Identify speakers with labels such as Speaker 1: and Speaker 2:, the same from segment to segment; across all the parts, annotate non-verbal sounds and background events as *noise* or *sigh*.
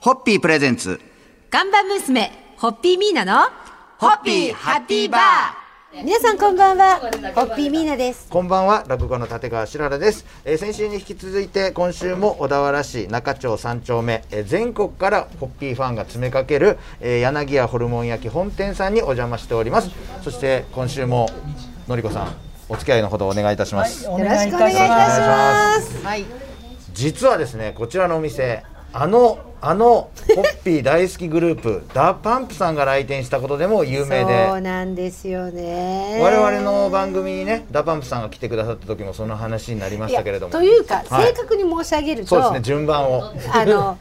Speaker 1: ホッピープレゼンツ。
Speaker 2: ガンバ娘、ホッピーミーナの、
Speaker 1: ホッピーハッピーバ
Speaker 2: ー。皆さんこんばんは、ホッピーミーナです。
Speaker 3: こんばんは、落語家の立川しららです、えー先週に引き続いて、今週も小田原市中町三丁目、えー全国からホッピーファンが詰めかける、えー柳屋ホルモン焼き本店さんにお邪魔しております。そして、今週も、のりこさん、お付き合いのほどお願いいたします。
Speaker 4: よ
Speaker 2: よろしくお願いいたします。
Speaker 3: 実はですねこちらのお店あのあのホッピー大好きグ
Speaker 2: *laughs*
Speaker 3: ループダパンプさんが来店したことでも有名
Speaker 2: そう
Speaker 3: で
Speaker 2: なんですよね。
Speaker 3: 我々の番組にねダパンプさんが来てくださった時もその話になりましたけれども
Speaker 2: というか、
Speaker 3: はい
Speaker 2: 正確に申し上げると、
Speaker 3: そうですね順番を
Speaker 2: あの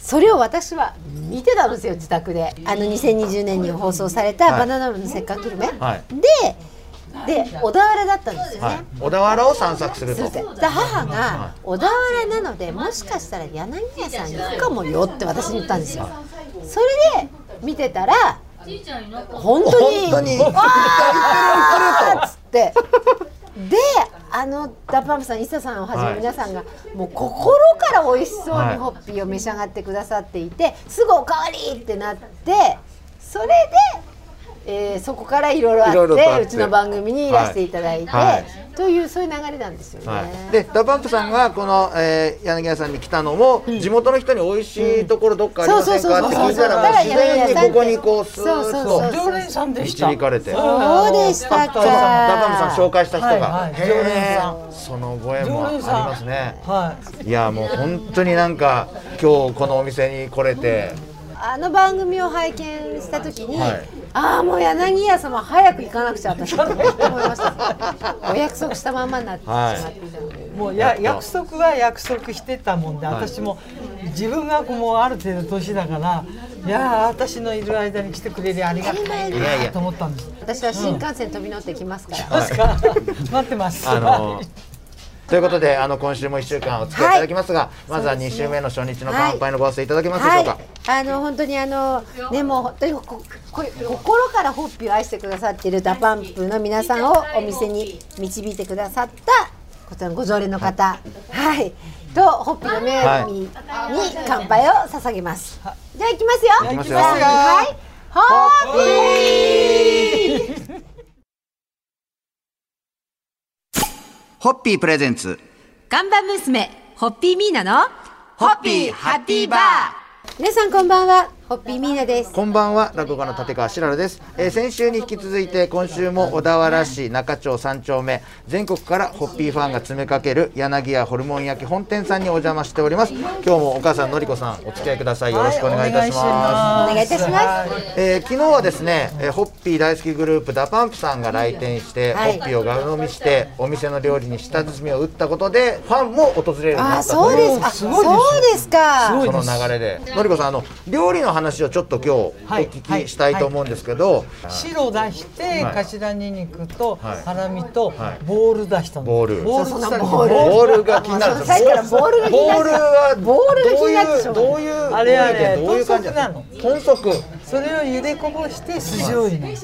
Speaker 2: それを私は見てたんですよ自宅であの2020年に放送された「
Speaker 3: はい
Speaker 2: バナナマンのせっかくグルメ」
Speaker 3: はい
Speaker 2: でで小田原だったんですよね。
Speaker 3: はい、小田原を散策する
Speaker 2: すい
Speaker 3: と
Speaker 2: ませんで母が小田原なのでもしかしたら柳屋さんに行くかもよって私に言ったんですよそれで見てたら本当に
Speaker 3: 本当に
Speaker 2: あーっつってであのダパンプさん伊佐さんをはじめ
Speaker 3: はい
Speaker 2: 皆さんがもう心から美味しそうにホッピーを召し上がってくださっていてすぐおかわりってなってそれで、えーそこからいろいろ
Speaker 3: いろい
Speaker 2: あっ
Speaker 3: ろとあってて
Speaker 2: うちの番組にいらしていただいて、
Speaker 3: はいはい
Speaker 2: というそういう流れなんですよね。
Speaker 3: はい、でダパンプさんがこの、えー柳屋さんに来たのも、地元の人に美味しいところどっかありませんかって聞いたらもう自然にここにこうスーッ
Speaker 2: そうそう
Speaker 3: と
Speaker 2: そう
Speaker 4: 常連さんでした。
Speaker 3: 導かれて。
Speaker 2: そうでした
Speaker 3: そうそうダパンプさん紹
Speaker 2: か。
Speaker 3: 介した人が、
Speaker 4: はいはい
Speaker 3: へー
Speaker 4: 常連さ
Speaker 3: そのご縁もありますね
Speaker 4: はい。
Speaker 3: いやもう本当になんか今日このお店に来れて
Speaker 2: あの番組を拝見したときに、
Speaker 3: はい
Speaker 2: ああもう柳家様早く行かなくちゃ私と思いました。お約束したまんまになってしまっていたので、
Speaker 4: もうや約束は約束してたもんで、私も自分がもうある程度年だから、いやー私のいる間に来てくれりゃありがた
Speaker 3: い
Speaker 4: い
Speaker 3: やい
Speaker 4: な
Speaker 3: や
Speaker 4: と思ったんです。
Speaker 2: 私は新幹線飛び乗ってきますから。
Speaker 4: 確か待ってます。
Speaker 3: あの
Speaker 4: はい
Speaker 3: ということであの今週も1週間お付き合いいただきますが、まずは2週目の初日の乾杯のご挨拶いただけますでしょうか、
Speaker 2: はい、あの本当にあのねもう本当にここ心からホッピーを愛してくださっているダパンプの皆さんをお店に導いてくださったこちらのご常連の方はい、とホッピーの女神に乾杯を捧げます、じゃあ行きますよ
Speaker 3: 行きますよ
Speaker 2: はいホッピー
Speaker 1: ホッピープレゼンツ。
Speaker 2: ガンバ娘ホッピーミーナの
Speaker 1: ホッピーハッピーバー
Speaker 2: 皆さんこんばんはホッピーミーナです
Speaker 3: こんばんは、落語家の立川しららです、えー先週に引き続いて、今週も小田原市中町三丁目、全国からホッピーファンが詰めかける柳屋ホルモン焼き本店さんにお邪魔しております。今日もお母さんのりこさん、お付き合いください。よろしくお願いいたします。
Speaker 2: お願いいたします
Speaker 4: はい
Speaker 3: えー昨日はですね、えーホッピー大好きグループダパンプさんが来店して、
Speaker 2: はい
Speaker 3: ホッピーをガブ飲みしてお店の料理に舌包みを打ったことでファンも訪れるようにな
Speaker 2: あ
Speaker 3: った
Speaker 2: そ
Speaker 3: と
Speaker 2: う
Speaker 3: いう
Speaker 2: ですか
Speaker 4: すごいです
Speaker 2: そうですか
Speaker 4: すごい
Speaker 3: その流れでのりこさんあの料理の話をちょっと今日お
Speaker 4: はい
Speaker 3: 聞きしたいと思うんですけど、
Speaker 4: 白出して、
Speaker 3: はい
Speaker 4: 頭にんにくと、
Speaker 3: はい
Speaker 4: ハラミと、
Speaker 3: はい
Speaker 4: ボール出したの。
Speaker 3: ボール
Speaker 4: ボールしたの
Speaker 2: ボール
Speaker 3: ボールが気になるんです
Speaker 2: さっきからボールが気になる
Speaker 3: ボールは
Speaker 2: ボールが気になってしょうがない
Speaker 3: どういうどういう
Speaker 4: あれあれ
Speaker 3: どういう感じ豚足
Speaker 4: それを茹でこぼして酢醤油に。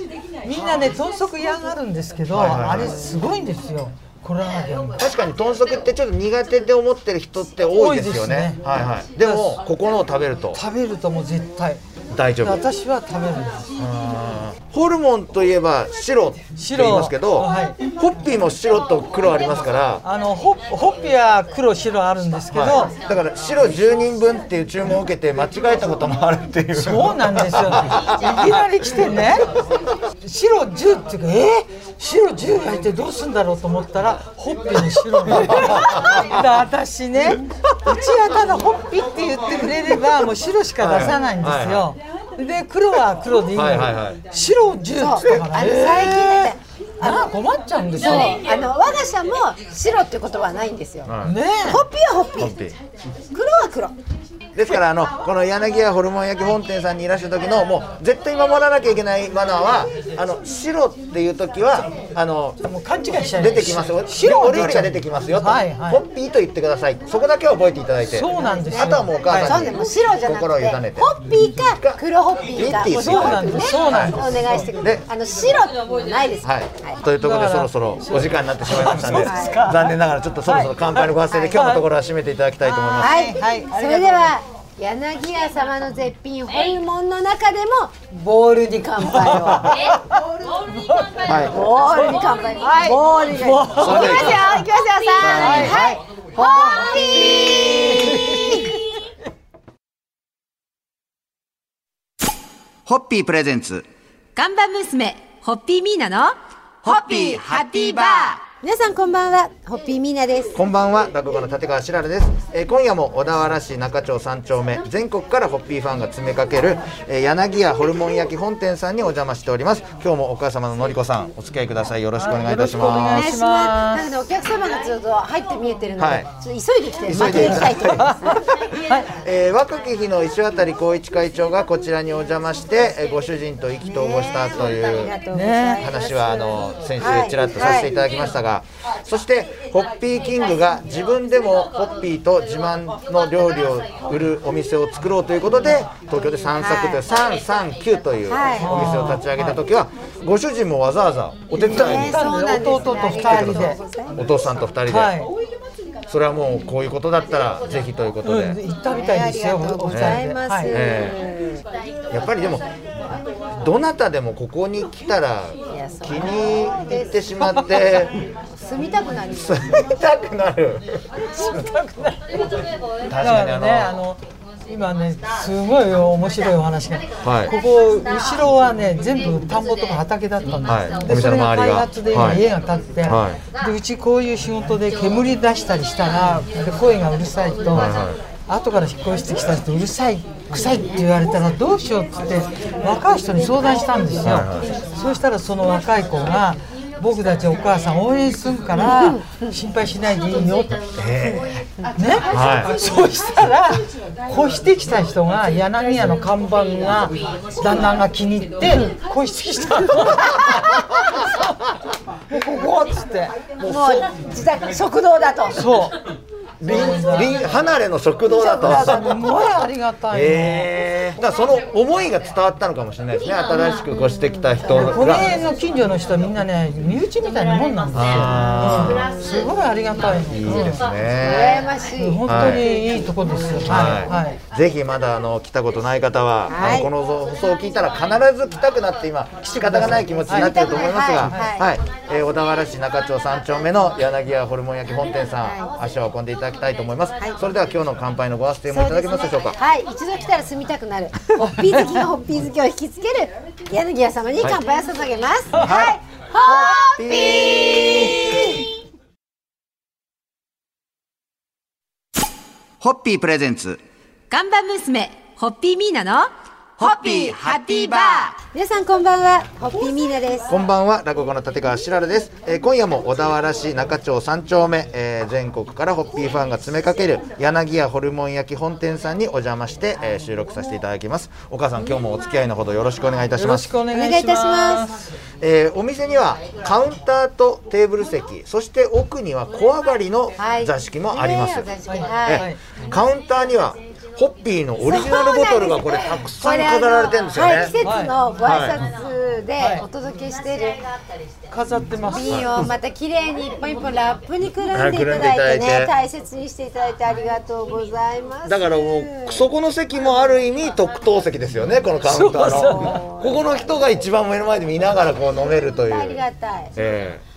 Speaker 4: みんなね豚足嫌がるんですけど、
Speaker 3: いはいはい
Speaker 4: あれすごいんですよ。これはね
Speaker 3: 確かに豚足ってちょっと苦手で思ってる人って多いですよ
Speaker 4: 多いで
Speaker 3: ね
Speaker 4: すね
Speaker 3: はいはいでもここのを食べると
Speaker 4: 食べるともう絶対。
Speaker 3: 大丈夫
Speaker 4: 私は食べるんです。
Speaker 3: ホルモンといえば白って言いますけど、
Speaker 4: 白はい
Speaker 3: ホッピーも白と黒ありますから
Speaker 4: あのホホッピは黒白あるんですけど、
Speaker 3: はい、だから白10人分っていう注文を受けて間違えたこともあるっていう
Speaker 4: そうなんですよ。いきなり来てね、白10っていうか、えー、白10焼いてどうすんだろうと思ったら、ほっぺに白が。だ私ね、うちはただほっぴって言ってくれれば、もう白しか出さないんですよ。で、黒は黒でいいのに、
Speaker 3: はいはいはい
Speaker 4: 白10って言ったから、
Speaker 2: あの
Speaker 4: え
Speaker 2: 最近だって
Speaker 4: ーなんか困っちゃうんですよ。ね
Speaker 2: あの我が社も白ってことはないんですよ。ホッピーはホッピ
Speaker 3: ピー
Speaker 2: ー、黒は黒。
Speaker 3: ですからあのこの柳屋ホルモン焼き本店さんにいらした時のもう絶対守らなきゃいけないマナーはあの白っていう時はあの
Speaker 4: え、もう勘違いしちゃいま
Speaker 3: 出
Speaker 4: す
Speaker 3: てきますよ
Speaker 4: 白
Speaker 3: お料理が出てきますよと、
Speaker 4: はいはい
Speaker 3: ホッピーと言ってくださいそこだけは覚えていただいて
Speaker 4: そうなんですよ
Speaker 3: あとはもうお母
Speaker 2: そ
Speaker 3: さ
Speaker 2: うんで
Speaker 3: に
Speaker 2: も白じゃな
Speaker 3: 心を
Speaker 2: く
Speaker 3: 委ね
Speaker 2: て、
Speaker 3: て
Speaker 2: ホッピーか黒ホッピーか、
Speaker 3: いいって
Speaker 4: そうなんですそうなんです
Speaker 2: お願いしてくだ
Speaker 3: で
Speaker 2: さい。あの白ってのはないです。
Speaker 3: はい、
Speaker 2: はい
Speaker 3: というところでそろそろお時間になってしまいましたので
Speaker 4: そうですか
Speaker 3: 残念ながらちょっとそろそろ乾杯のご発声で今日のところは締めていただきたいと思います、
Speaker 2: はい、
Speaker 4: はい
Speaker 2: それでは
Speaker 5: 柳家様の絶品ホルモンの中でもボールに乾杯を
Speaker 6: ボールに乾杯
Speaker 3: はい
Speaker 5: ボールに乾杯はいボールに乾杯
Speaker 3: ボール
Speaker 5: いきますよいきますよさ
Speaker 3: は
Speaker 5: あ
Speaker 3: い
Speaker 5: はいホッピー
Speaker 1: ホッピープレゼンツ
Speaker 2: 看板娘、ホッピーミーナの、
Speaker 1: ホッピーハッピーバー
Speaker 5: 皆さんこんばんはホッピーミーナです
Speaker 3: こんばんは落語の立川しららです、えー今夜も小田原市中町3丁目全国からホッピーファンが詰めかける、えー柳屋ホルモン焼き本店さんにお邪魔しております今日もお母様ののりこさんお付き合いくださいよろしくお願いいたしま
Speaker 4: 願
Speaker 3: す
Speaker 4: いします
Speaker 5: なんかねお客様がちょっと入って見えてるので、
Speaker 3: はい
Speaker 5: ちょっと急いできて
Speaker 3: 急いで
Speaker 5: 負けていきたいと思います。
Speaker 3: えー若き日の石渡光一会長がこちらにお邪魔して、えーご主人と意気投合したとい
Speaker 5: ありがとう
Speaker 3: う
Speaker 5: ございま
Speaker 3: 話
Speaker 5: す。
Speaker 3: はあの先週ちらっとさせていただきましたが、そしてホッピーキングが自分でもホッピーと自慢の料理を売るお店を作ろうということで東京で散策という339という
Speaker 5: はい
Speaker 3: お店を立ち上げた時はご主人もわざわざお手伝いに
Speaker 5: ねそうなんですね
Speaker 4: 弟と二人で
Speaker 3: お父さんと2人で、
Speaker 4: は
Speaker 3: それはもうこういうことだったらぜひというこ
Speaker 4: い、う
Speaker 3: とで。
Speaker 4: ん、行ったみたいですよ、
Speaker 5: ありがとうございます。
Speaker 4: はい
Speaker 3: えやっぱりでもどなたでもここに来たら
Speaker 5: やそう
Speaker 3: 気に入ってしまって
Speaker 5: 住みたくなります。
Speaker 3: 住みたくなる確
Speaker 4: だか
Speaker 3: かに
Speaker 4: ら
Speaker 3: あ
Speaker 4: ね、あ
Speaker 3: の
Speaker 4: の今ね、すごい面白いお話が、
Speaker 3: はい
Speaker 4: ここ後ろはね、全部田んぼとか畑だったんです、
Speaker 3: はいお
Speaker 4: で
Speaker 3: 店
Speaker 4: そ
Speaker 3: の周りが
Speaker 4: れが開発で今
Speaker 3: はい
Speaker 4: 家が建ってて、
Speaker 3: は
Speaker 4: でうちこういう仕事で煙出したりしたらで声がうるさいと、後から引っ越してきた人うるさい臭いって言われたらどうしようって言って若い人に相談したんですよ、そうしたらその若い子が僕たちお母さん応援するから心配しないでいいよって、ね、
Speaker 3: はい
Speaker 4: そうしたら越してきた人が柳屋の看板が旦那が気に入って越してきたのもうここっつって
Speaker 5: もう自宅食堂だと。
Speaker 4: そう
Speaker 3: 隣隣離れの食堂だ
Speaker 4: す
Speaker 3: と。
Speaker 4: ごいありがたいの、
Speaker 3: えー、だからその思いが伝わったのかもしれないですね新しく越してきた人
Speaker 4: この
Speaker 3: が
Speaker 4: 辺の近所の人みんなね身内みたいなもんなん
Speaker 3: あ
Speaker 4: ですよ、うんすごいありがたいの
Speaker 3: いいです
Speaker 5: 羨
Speaker 3: ね
Speaker 5: ましい。
Speaker 4: 本当にいいとこですよ、はいはい
Speaker 3: はい、ぜひまだあの来たことない方は、
Speaker 5: はい
Speaker 3: あのこの放送を聞いたら必ず来たくなって今仕方がない気持ちになってると思いますが、
Speaker 5: はい
Speaker 3: はいえー小田原市中町3丁目の柳屋ホルモン焼き本店さん足を運んでいただきたいと思います、それでは今日の乾杯のご発声もいただけますでしょうか
Speaker 5: はい、一度来たら住みたくなる。ホッピー好きがホッピー好きを引きつける。柳家様に乾杯を捧げます。はい。ホッピー。
Speaker 1: ホッピープレゼンツ
Speaker 2: 看板娘、ホッピーミーナの、
Speaker 1: ホッピーハッピーバー
Speaker 5: 皆さんこんばんは。ホッピーミーナです。
Speaker 3: こんばんは落語家の立川しららです、えー今夜も小田原市中町3丁目、えー全国からホッピーファンが詰めかける柳屋ホルモン焼き本店さんにお邪魔して、えー収録させていただきますお母さん今日もお付き合いのほどよろしくお願いいたし
Speaker 4: よ
Speaker 3: ま
Speaker 4: ろ
Speaker 3: す
Speaker 4: しくお願
Speaker 5: お願い
Speaker 4: い
Speaker 5: い
Speaker 4: したま
Speaker 5: し
Speaker 4: す
Speaker 5: ます。
Speaker 3: えーお店にはカウンターとテーブル席そして奥には小上がりの
Speaker 5: はい
Speaker 3: 座敷もあります、
Speaker 5: ねえお座敷
Speaker 3: え
Speaker 5: はい。
Speaker 3: ーカウンターにはホッピーのオリジナルボトルがこれたくさん飾られてるんですよね
Speaker 5: はい、季節のご挨拶でお届けしている
Speaker 4: 飾ってます
Speaker 5: 瓶をまた綺麗に一本一本ラップにくるんでい
Speaker 3: はいく
Speaker 5: ただいて
Speaker 3: るんでいただいて
Speaker 5: ね、大切にしていただいてありがとうございます。
Speaker 3: だからもうそこの席もある意味特等席ですよねこのカウンターのここの人が一番目の前で見ながらこう飲めるという
Speaker 5: ありがたい。
Speaker 3: ええ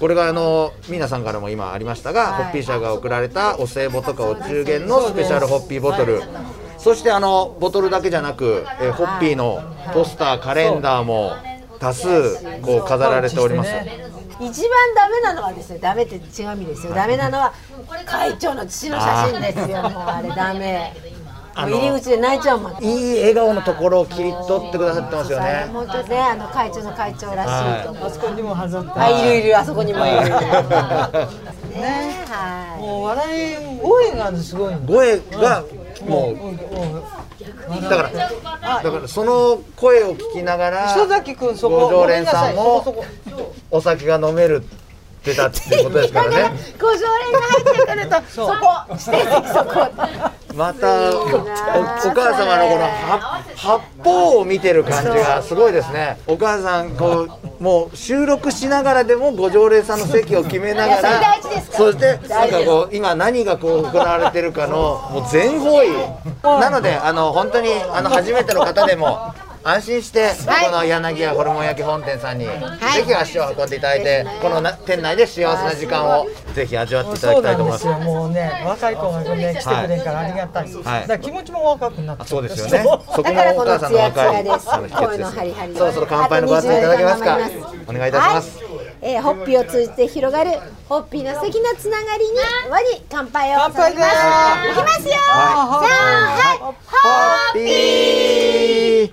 Speaker 3: これがあの皆さんからも今ありましたが、ホッピー社が送られたお歳暮とかお中元のスペシャルホッピーボトルそしてあのボトルだけじゃなく、えーホッピーのポスターカレンダーも多数こう飾られております、
Speaker 5: 一番ダメなのはですね、ダメって違う意味ですよ。ダメなのは会長の父の写真ですよ。もうあれダメ。も
Speaker 3: あ
Speaker 5: う
Speaker 3: の
Speaker 5: 入り口で泣いちゃうもん。
Speaker 3: いい笑顔のところを切り取ってくださってますよね
Speaker 5: もうちょっとね、あの会長の会長らしいと思う。
Speaker 4: あそこにも飾って
Speaker 5: あ、いるいる、あそこにもいる。
Speaker 3: *laughs*
Speaker 5: ね、はい。
Speaker 4: もう笑い声がすごいんだ
Speaker 3: 声がもう
Speaker 4: うんうん
Speaker 3: だからだからその声を聞きながら
Speaker 4: 磯崎君そこ
Speaker 3: ご常連さん
Speaker 4: ごめんなさい
Speaker 3: も
Speaker 4: そこ
Speaker 3: お酒が飲めるってたっていうことですか
Speaker 5: だからら
Speaker 3: ね
Speaker 5: ご常連が入ってくるとそこ指定席そこ
Speaker 3: またおお
Speaker 5: なー
Speaker 3: 母様のこのは八方を見てる感じがすごいですねお母さんこうもう収録しながらでもご常連さんの席を決めなが
Speaker 5: いや
Speaker 3: ら
Speaker 5: それ大事ですから
Speaker 3: そしてなんかこう今何がこう行われてるかのもう全方位なのであの本当にあの初めての方でも安心して
Speaker 5: はい
Speaker 3: この柳屋ホルモン焼き本店さんにぜひ足を運んでいただいてこのな店内で幸せな時間をぜひ味わっていただき
Speaker 4: そう
Speaker 3: た
Speaker 4: ない
Speaker 3: と
Speaker 4: ん
Speaker 3: 思います
Speaker 4: ですよ。もうね、若い子がね、来てくれるからありがたい。
Speaker 3: はい
Speaker 4: だから気持ちも若くなって。
Speaker 3: そうですよね。そこ
Speaker 5: だ
Speaker 3: も
Speaker 5: から
Speaker 3: お
Speaker 5: こ
Speaker 3: 母
Speaker 5: の
Speaker 3: さん
Speaker 5: ツ
Speaker 3: の
Speaker 5: ヤツ
Speaker 3: 若
Speaker 5: ヤ
Speaker 3: い
Speaker 5: です
Speaker 3: あの秘訣
Speaker 5: 声
Speaker 3: で
Speaker 5: の
Speaker 3: す
Speaker 5: ハリハリ
Speaker 3: そろそろ乾杯のご挨拶いただけますか。お願いいたします。
Speaker 5: はいえーホッピーを通じて広がるホッピーの素敵なつながりに輪に乾杯を
Speaker 4: 乾杯です
Speaker 5: いきますよ、
Speaker 3: は
Speaker 5: さんはい
Speaker 3: ハッピー。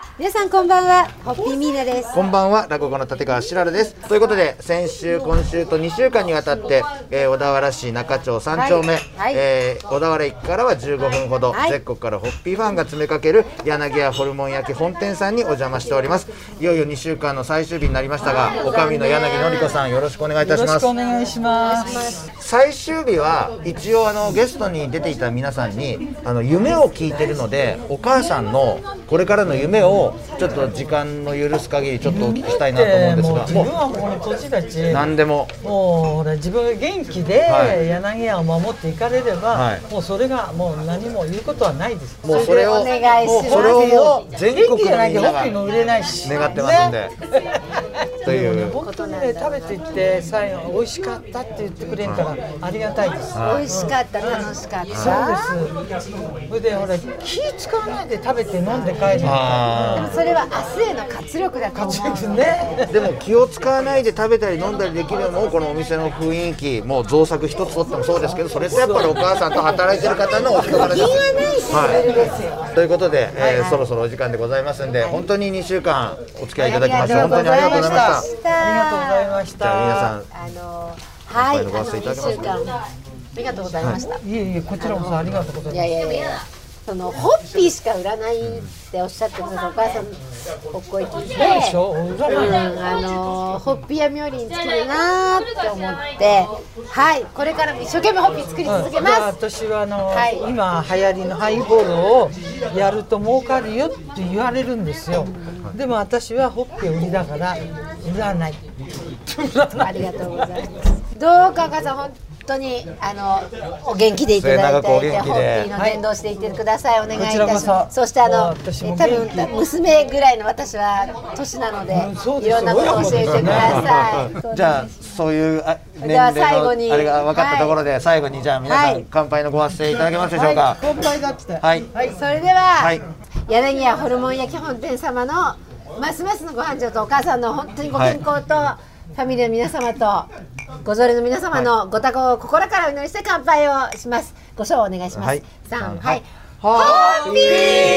Speaker 1: ー
Speaker 5: 皆さんこんばんはホッピーミーナです
Speaker 3: こんばんは、落語の立川しららです。ということで、先週、今週と2週間にわたって、えー小田原市中町3丁目、
Speaker 5: はいはい
Speaker 3: えー小田原駅からは15分ほど、
Speaker 5: はい
Speaker 3: 全国からホッピーファンが詰めかける柳屋ホルモン焼き本店さんにお邪魔しております。いよいよ2週間の最終日になりましたが、おかみの柳のりこさん、よろしくお願いいた
Speaker 4: よ
Speaker 3: し
Speaker 4: ろ
Speaker 3: ま
Speaker 4: し
Speaker 3: す
Speaker 4: くお。願いします。
Speaker 3: 最終日は一応あのゲストに出ていた皆さんにあの夢を聞いてるのでお母さんのこれからの夢をちょっと時間の許す限りちょっとお聞きしたいなと思うん
Speaker 4: で
Speaker 3: で
Speaker 4: もう自
Speaker 3: すが
Speaker 4: 分
Speaker 3: も
Speaker 4: はもうこの年だし。
Speaker 3: う何でも
Speaker 4: もうほら自分が元気で
Speaker 3: はい
Speaker 4: 柳屋を守っていかれれば、
Speaker 3: はい
Speaker 4: もうそれがもう何も言うことはないです。
Speaker 3: もうそれを
Speaker 5: お願いし
Speaker 3: も
Speaker 5: ま
Speaker 3: う
Speaker 5: す
Speaker 3: それをもう全
Speaker 4: 元
Speaker 3: 国
Speaker 4: 気じゃ
Speaker 3: の
Speaker 4: な
Speaker 3: み
Speaker 4: き
Speaker 3: ん
Speaker 4: ゃ
Speaker 3: な
Speaker 4: ホッピー
Speaker 3: が
Speaker 4: も売れないし
Speaker 3: 願ってますんでという
Speaker 4: *laughs* 本当にね食べていって最後美味しかったって言ってくれるからありがたいです。
Speaker 5: 美味しかった楽しか
Speaker 4: そ
Speaker 5: った
Speaker 4: うです。それでほら気使わないで食べて飲んで帰る。
Speaker 5: で
Speaker 3: あ
Speaker 5: もそれは明日への活力だと思う
Speaker 4: 活躍ね
Speaker 3: ー。でも気を使わないで食べたり飲んだりできるのもこのお店の雰囲気もう造作一つとってもそうですけどそれってやっぱりお母さんと働いてる方のお人柄ですよね
Speaker 5: 品がないし、
Speaker 3: はい、ということで、えーそろそろお時間でございますんで、本当に2週間お付き合いいただきまして、本当にありがとうございました。
Speaker 5: し
Speaker 4: ありがとうござい
Speaker 5: た
Speaker 4: ました。
Speaker 3: じゃあ皆さん
Speaker 5: あのはいあ
Speaker 3: 乾杯の
Speaker 5: の
Speaker 3: ご挨拶いただけます
Speaker 5: 2週間ありがとうございました、
Speaker 4: いえいえこちらこそありがとうござい
Speaker 5: い
Speaker 4: ま
Speaker 5: や
Speaker 4: す
Speaker 5: い。やいやそのホッピーしか売らないっておっしゃってくださったお母さんのお声聞いて、
Speaker 4: そうでしょ。裏
Speaker 5: うん、
Speaker 4: が
Speaker 5: あのホッピーやみょうりん作るなーって思ってはいこれからも一生懸命ホッピー作り続け
Speaker 4: じゃあ
Speaker 5: ます、
Speaker 4: 私はあの、
Speaker 5: はい
Speaker 4: 今流行りのハイボールをやると儲かるよって言われるんですよでも私はホッケ売りだから売らない売らな
Speaker 5: あ
Speaker 4: い
Speaker 5: りがとうございますどうかお母さん本当にあのお元気でいただ
Speaker 3: 末永
Speaker 5: いて
Speaker 3: くお元気で
Speaker 5: ホッピーの伝道していってください、お願いいた
Speaker 4: こ
Speaker 5: し
Speaker 4: ちら
Speaker 5: ま
Speaker 4: こ
Speaker 5: す
Speaker 4: そ
Speaker 5: そしてあの
Speaker 4: もう私も
Speaker 5: え多
Speaker 4: 元気
Speaker 5: 分娘ぐらいの私は年なので
Speaker 4: うんそうです
Speaker 5: い
Speaker 4: よ
Speaker 5: ろんなことを教えてください
Speaker 3: じゃあそういうあ年
Speaker 5: では
Speaker 3: 齢
Speaker 5: 最後
Speaker 3: の
Speaker 5: に
Speaker 3: あれが分かったところで、最後にじゃあ皆さん、
Speaker 5: はい
Speaker 3: 乾杯のご発声いただけますでしょう
Speaker 4: は
Speaker 3: か
Speaker 4: い、。乾杯だって
Speaker 3: はい、
Speaker 5: はい、それでは、
Speaker 3: はい
Speaker 5: 柳家ホルモン焼き本店様のますますのご繁盛とお母さんの本当にご健康と、ファミリーの皆様とご常連の皆様のご多幸を心からお祈りして乾杯をしますご賞をお願いします、
Speaker 3: はい
Speaker 5: さんはい
Speaker 3: ホッピー